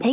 Hey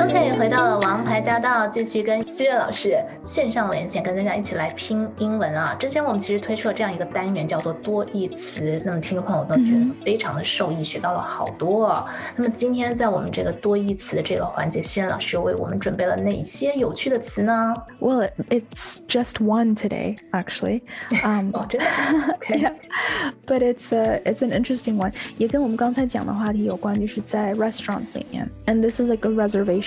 OK，回到了王牌驾到，继续跟希任老师线上连线，跟大家一起来拼英文啊。之前我们其实推出了这样一个单元，叫做多义词，那么听众朋友都觉嗯得非常的受益，学到了好多哦。那么今天在我们这个多义词的这个环节，希任老师为我们准备了哪些有趣的词呢？ Well, it, it's just one today, actually. Um, 哦，真的，OK， yeah, but it's a it's an interesting one. 也跟我们刚才讲的话题有关，就是在 restaurant 里面，and this is like a reservation.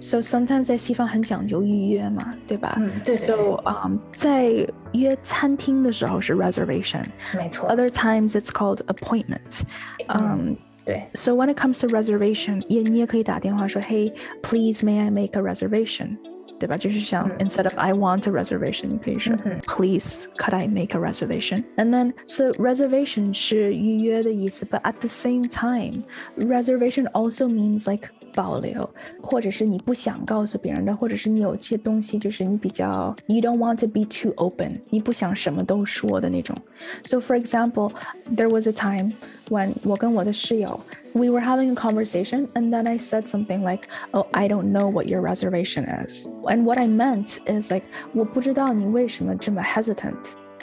So sometimes 在西方很讲究预约嘛，对吧？嗯，对对 So 对， um, 在约餐厅的时候是 reservation. 没错， Other times it's called appointment. 嗯， Um, 对， so when it comes to reservation，也你也可以打电话说，Hey, please may I make a reservation？对吧？就是像、嗯 instead of I want a reservation，你可以说、嗯哼 Please could I make a reservation？And then so reservation 是预约的意思，but at the same time reservation also means like 保留，或者是你不想告诉别人的，或者是你有些东西就是你比较 you don't want to be too open，你不想什么都说的那种。So, for example, there was a time when 我跟我的室友 we were having a conversation, and then I said something like, "Oh, I don't know what your reservation is," and what I meant is like 我不知道你为什么这么 hesitant，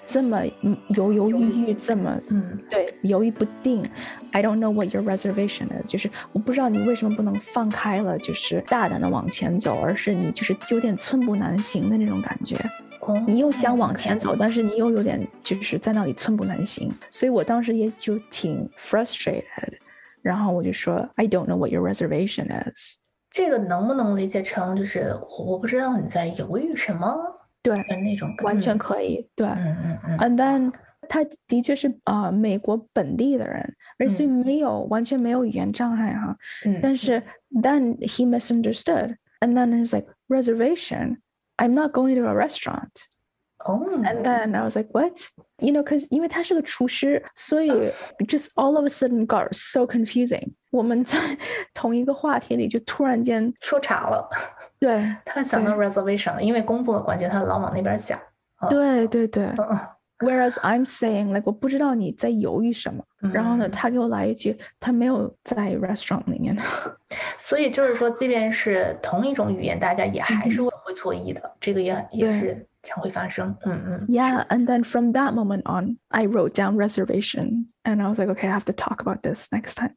这么犹犹豫豫，这么嗯对，犹豫不定。I don't know what your reservation is，就是我不知道你为什么不能放开了，就是大胆的往前走，而是你就是有点寸步难行的那种感觉。哦你又想往前走，嗯，OK 但是你又有点就是在那里寸步难行，所以我当时也就挺 frustrated，然后我就说 I don't know what your reservation is。这个能不能理解成就是我我不知道你在犹豫什么，对，就是那种完全嗯可以，对。嗯嗯嗯， And then 他的确是啊、呃美国本地的人，而所以没有、完全没有语言障碍哈。嗯但是 then he misunderstood, and then he's like reservation. I'm not going to a restaurant. 哦 And then I was like, what? You know, because 因为他是个厨师，所以 just all of a sudden got so confusing. 我们在 同一个话题里就突然间说岔了，对他想到 reservation 了，因为工作的关系，他老往那边想。对对对。嗯嗯 Whereas I'm saying like 我不知道你在犹豫什么。嗯，然后呢，他给我来一句，他没有在 restaurant 里面。所以就是说，即便是同一种语言，大家也还是会会错意的，这个也也嗯对是常会发生。嗯嗯， Yeah, and then from that moment on, I wrote down reservation, and I was like, okay, I have to talk about this next time.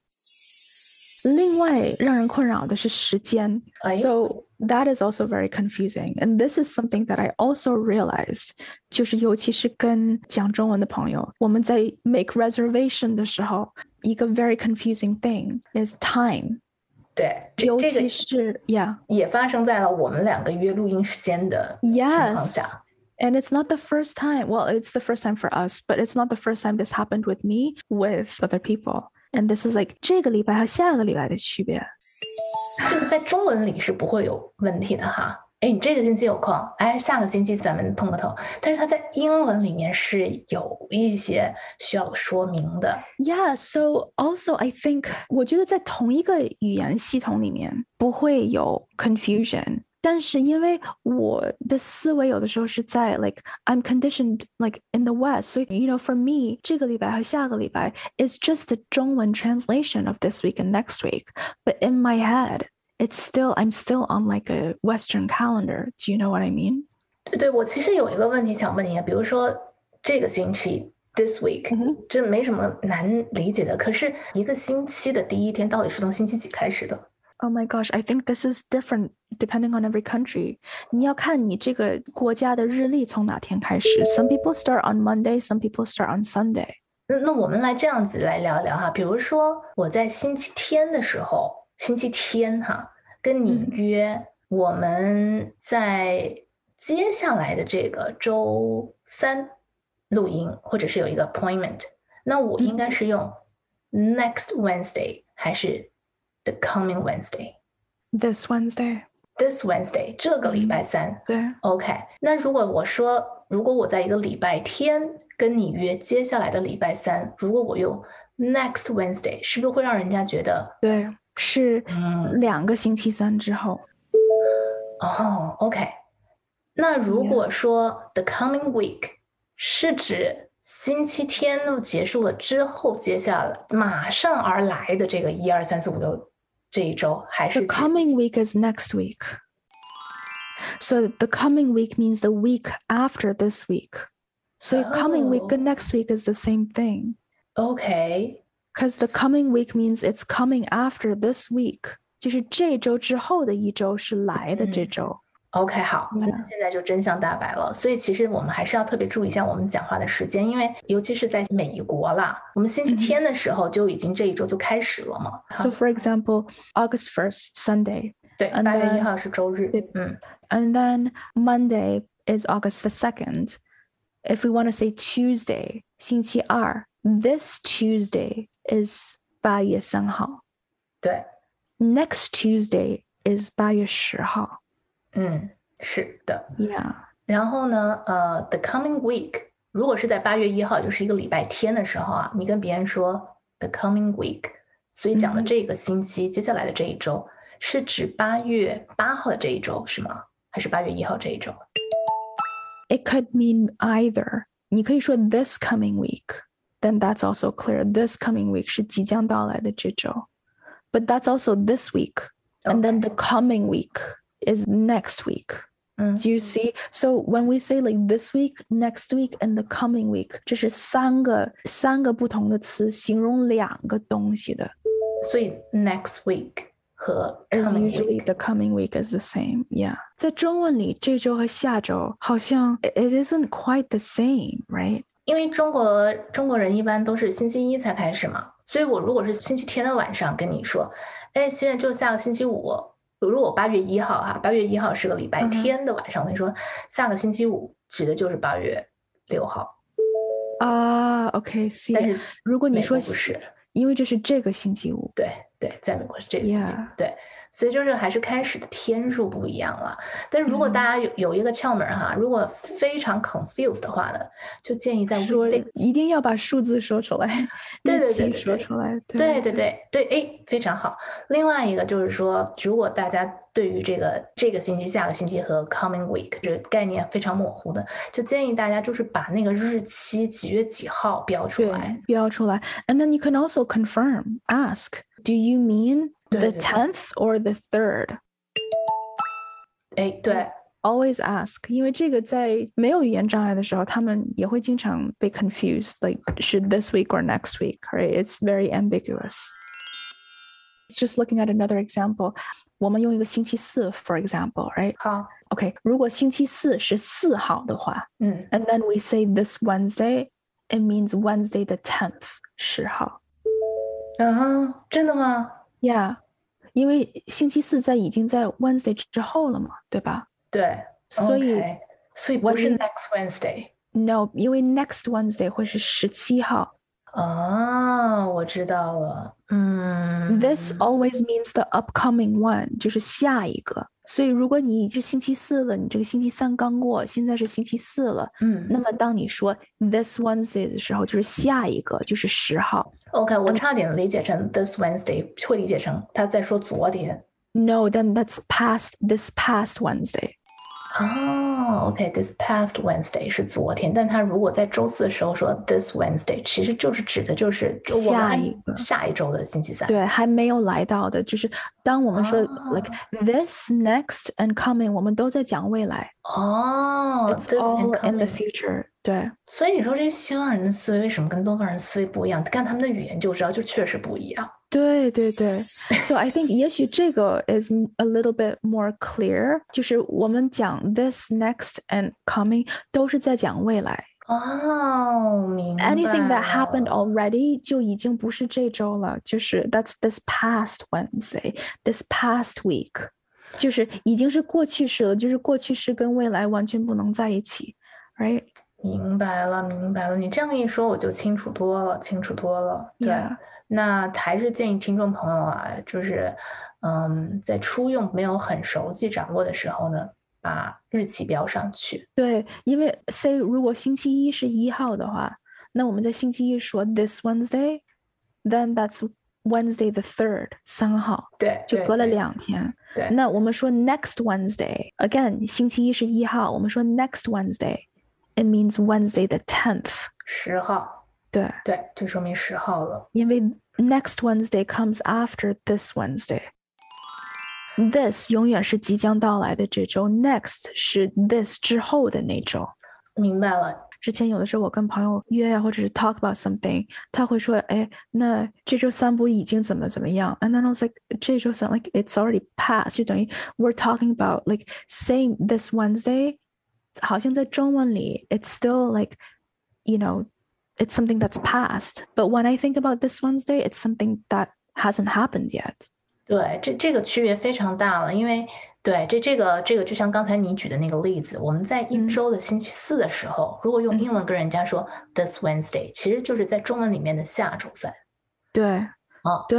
另外让人困扰的是时间哎，so that is also very confusing, and this is something that I also realized，就是尤其是跟讲中文的朋友，我们在 make reservation 的时候，一个 very confusing thing is time，对，这尤这个其是 yeah。也发生在了我们两个约录音时间的情况 Yes. 下。 And it's not the first time. Well, it's the first time for us, but it's not the first time this happened with me, with other people. And this is like 这个礼拜和下个礼拜的区别。这个在中文里是不会有问题的哈。哎，你这个星期有空，哎，下个星期咱们碰个头。但是它在英文里面是有一些需要说明的。 Yeah, so also I think 我觉得在同一个语言系统里面不会有 confusion，但是因为我的思维有的时候是在 like I'm conditioned like in the West，所以 you know for me 这个礼拜和下个礼拜 is just a 中文 translation of this week and next week，but in my head it's still I'm still on like a Western calendar. Do you know what I mean? 对我其实有一个问题想问你，比如说这个星期 this week，嗯哼这没什么难理解的。可是一个星期的第一天到底是从星期几开始的？ Oh my gosh, I think this is different depending on every country. 你要看你这个国家的日历从哪天开始。Some people start on Monday, some people start on Sunday. 嗯那那我们来这样子来聊一聊哈，比如说我在星期天的时候，星期天哈，跟你嗯约，我们在接下来的这个周三录音，或者是有一个 appointment，那我应该是用 next Wednesday 还是 the coming Wednesday，this This Wednesday. Wednesday 这个礼拜三对， ？OK，那如果我说，如果我在一个礼拜天跟你约接下来的礼拜三，如果我用 next Wednesday，是不是会让人家觉得对，是嗯两个星期三之后。哦，OK。那如果说 the coming week 是指星期天结束了之后，接下来马上而来的这个一二三四五六这一周，还 The 是指 coming week is next week. So the coming week means the week after this week. So coming week and next week is the same thing. OK？ Because the coming week means it's coming after this week. 就是这周之后的一周是来的这周。 OK，好，那 Yeah. 现在就真相大白了。所以其实我们还是要特别注意一下我们讲话的时间，因为尤其是在美国啦，我们星期嗯哼天的时候就已经这一周就开始了嘛。 So for example, August 1st, Sunday. 对， and 八月一 then- 号是周日对，嗯 And then Monday is August the 2nd. If we want to say Tuesday, 星期二, this Tuesday is 八月三号.对， Next Tuesday is 八月十号.嗯，是的。 Yeah. 然后呢，呃，the coming week，如果是在八月一号，就是一个礼拜天的时候啊，你跟别人说 the coming week，所以讲的嗯哼这个星期，接下来的这一周，是指八月八号的这一周是吗？还是八月一号这一周？ It could mean either. 你可以说 this coming week, then that's also clear. This coming week 是即将到来的这周. But that's also this week. And then the coming week is next week. 嗯 Do you see? So when we say like this week, next week, and the coming week，这是三个三个不同的词形容两个东西的。所以 next week 和 Is coming usually week， the coming week is the same. Yeah，在中文里，这周和下周好像 it it isn't quite the same, right? 因为中国中国人一般都是星期一才开始嘛，所以我如果是星期天的晚上跟你说，哎，现在就下个星期五。如果八月一号哈、八月一号是个礼拜嗯哼天的晚上，我跟你说，下个星期五指的就是八月六号，啊、o k see. 但是如果你美说国不是，因为这是这个星期五，对对，在美国是这个星期 Yeah 对，所以就是还是开始的天数不一样了。但是如果嗯大家有有一个窍门儿哈，如果非常 confused 的话呢，就建议在说 weekday 一定要把数字说出来，对日对对期对说对出来，对对对对，哎，非常好。另外一个就是说，如果大家对于这个这个星期、下个星期和 coming week 这个概念非常模糊的，就建议大家就是把那个日期几月几号标出来。 And then you can also confirm, ask, do you mean the 对，对，对。 tenth or the third? 哎，对 Always ask, 因为这个在没有语言障碍的时候，他们也会经常被 confused, like should this week or next week, right? It's very ambiguous. It's Just looking at another example, 我们用一个星期四 for example, right? 好， Okay, 如果星期四是四号的话，嗯 and then we say this Wednesday, it means Wednesday the tenth 十号。嗯，真的吗？ Yeah，因为星期四在已经在 Wednesday 之后了嘛，对吧？对，所以 OK，所以不是 Wednesday- next Wednesday。 No，因为 next Wednesday 会是十七号。哦，我知道了。嗯 This always means the upcoming one，就是下一个。所以如果你是星期四了，你这个星期三刚过，现在是星期四了，嗯，那么当你说 this Wednesday 的时候，就是下一个，就是十号。 OK，我嗯差点理解成 this Wednesday，会理解成他在说昨天。 No，then that's past this past Wednesday。哦，OK，this past Wednesday 是昨天，但他如果在周四的时候说 this Wednesday，其实就是指的就是就我们下按一个下一周的星期三。对，还没有来到的，就是当我们说、like 啊 this next and coming，我们都在讲未来。哦 It's ，this and all in the coming。 future 对。所以你说这些西方人的思维为什么跟东方人思维不一样？看他们的语言就知道，就确实不一样。对对 对，so I think 也许这个 is a little bit more clear，就是我们讲 this next and coming 都是在讲未来哦，明白了。 ，anything that happened already 就已经不是这周了，就是 that's this past Wednesday，this past week，就是已经是过去式了，就是过去式跟未来完全不能在一起，right？明白了，明白了。你这样一说，我就清楚多了，清楚多了。对 Yeah 那还是建议听众朋友啊，就是，嗯，在初用没有很熟悉掌握的时候呢，把日期标上去。对，因为 say 如果星期一是一号的话，那我们在星期一说 this Wednesday，then that's Wednesday the third 三号，对，就对隔了对两天。对那我们说 next Wednesday，again 星期一是一号，我们说 next Wednesday，it means Wednesday the tenth。十号，对，对，就说明十号了。因为 next Wednesday comes after this Wednesday。This 永远是即将到来的这周，next 是 this 之后的那周。明白了，之前有的时候我跟朋友约呀，或者是 talk about something，他会说，哎，那这周三不已经怎么怎么样？And then I was like，这周三 like it's already past，就等于 we're talking about like saying this Wednesday，好像在中文里 it's still like you know it's something that's past. But when I think about this Wednesday, it's something that hasn't happened yet. 对，这这个区别非常大了，因为对这这个这个，就像刚才你举的那个例子，我们在一嗯周的星期四的时候，如果用嗯英文跟人家说 this Wednesday，其实就是在中文里面的下周三。对，哦对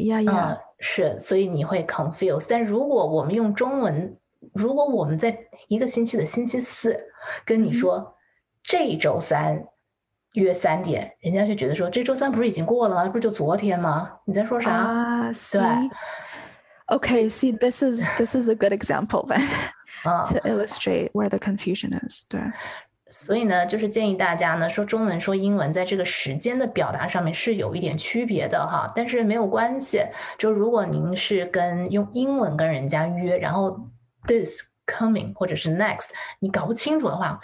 ，yeah yeah，、嗯，是，所以你会 confuse。但如果我们用中文，如果我们在一个星期的星期四跟嗯你哼说、这周三约三点，人家就觉得说这周三不是已经过了吗？不是就昨天吗？你在说啥？ Ah, see. Okay, see, this is this is a good example then 啊、 to illustrate where the confusion is. 对，所以呢，就是建议大家呢，说中文说英文，在这个时间的表达上面是有一点区别的哈，但是没有关系。就如果您是跟用英文跟人家约，然后 this coming 或者是 next，你搞不清楚的话，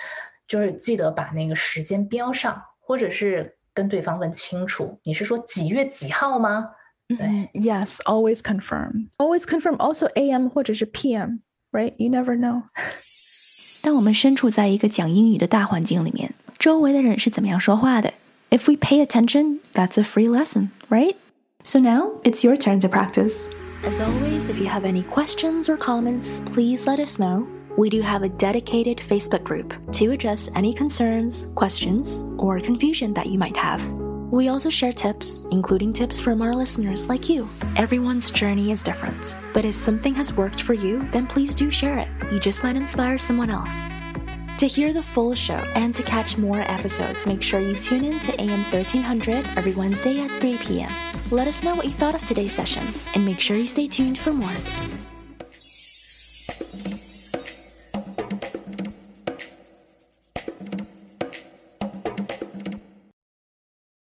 就是记得把那个时间标上，或者是跟对方问清楚，你是说几月几号吗？Mm-hmm. 嗯 Mm, Yes, always confirm. Always confirm. Also, AM 或者是 PM, right? You never know. 当我们身处在一个讲英语的大环境里面，周围的人是怎么样说话的？If we pay attention, that's a free lesson, right? So now it's your turn to practice. As always, if you have any questions or comments, please let us know. We do have a dedicated Facebook group to address any concerns, questions, or confusion that you might have. We also share tips, including tips from our listeners like you. Everyone's journey is different, but if something has worked for you, then please do share it. You just might inspire someone else. To hear the full show and to catch more episodes, make sure you tune in to AM 1300 every Wednesday at 3 p.m. Let us know what you thought of today's session, and make sure you stay tuned for more.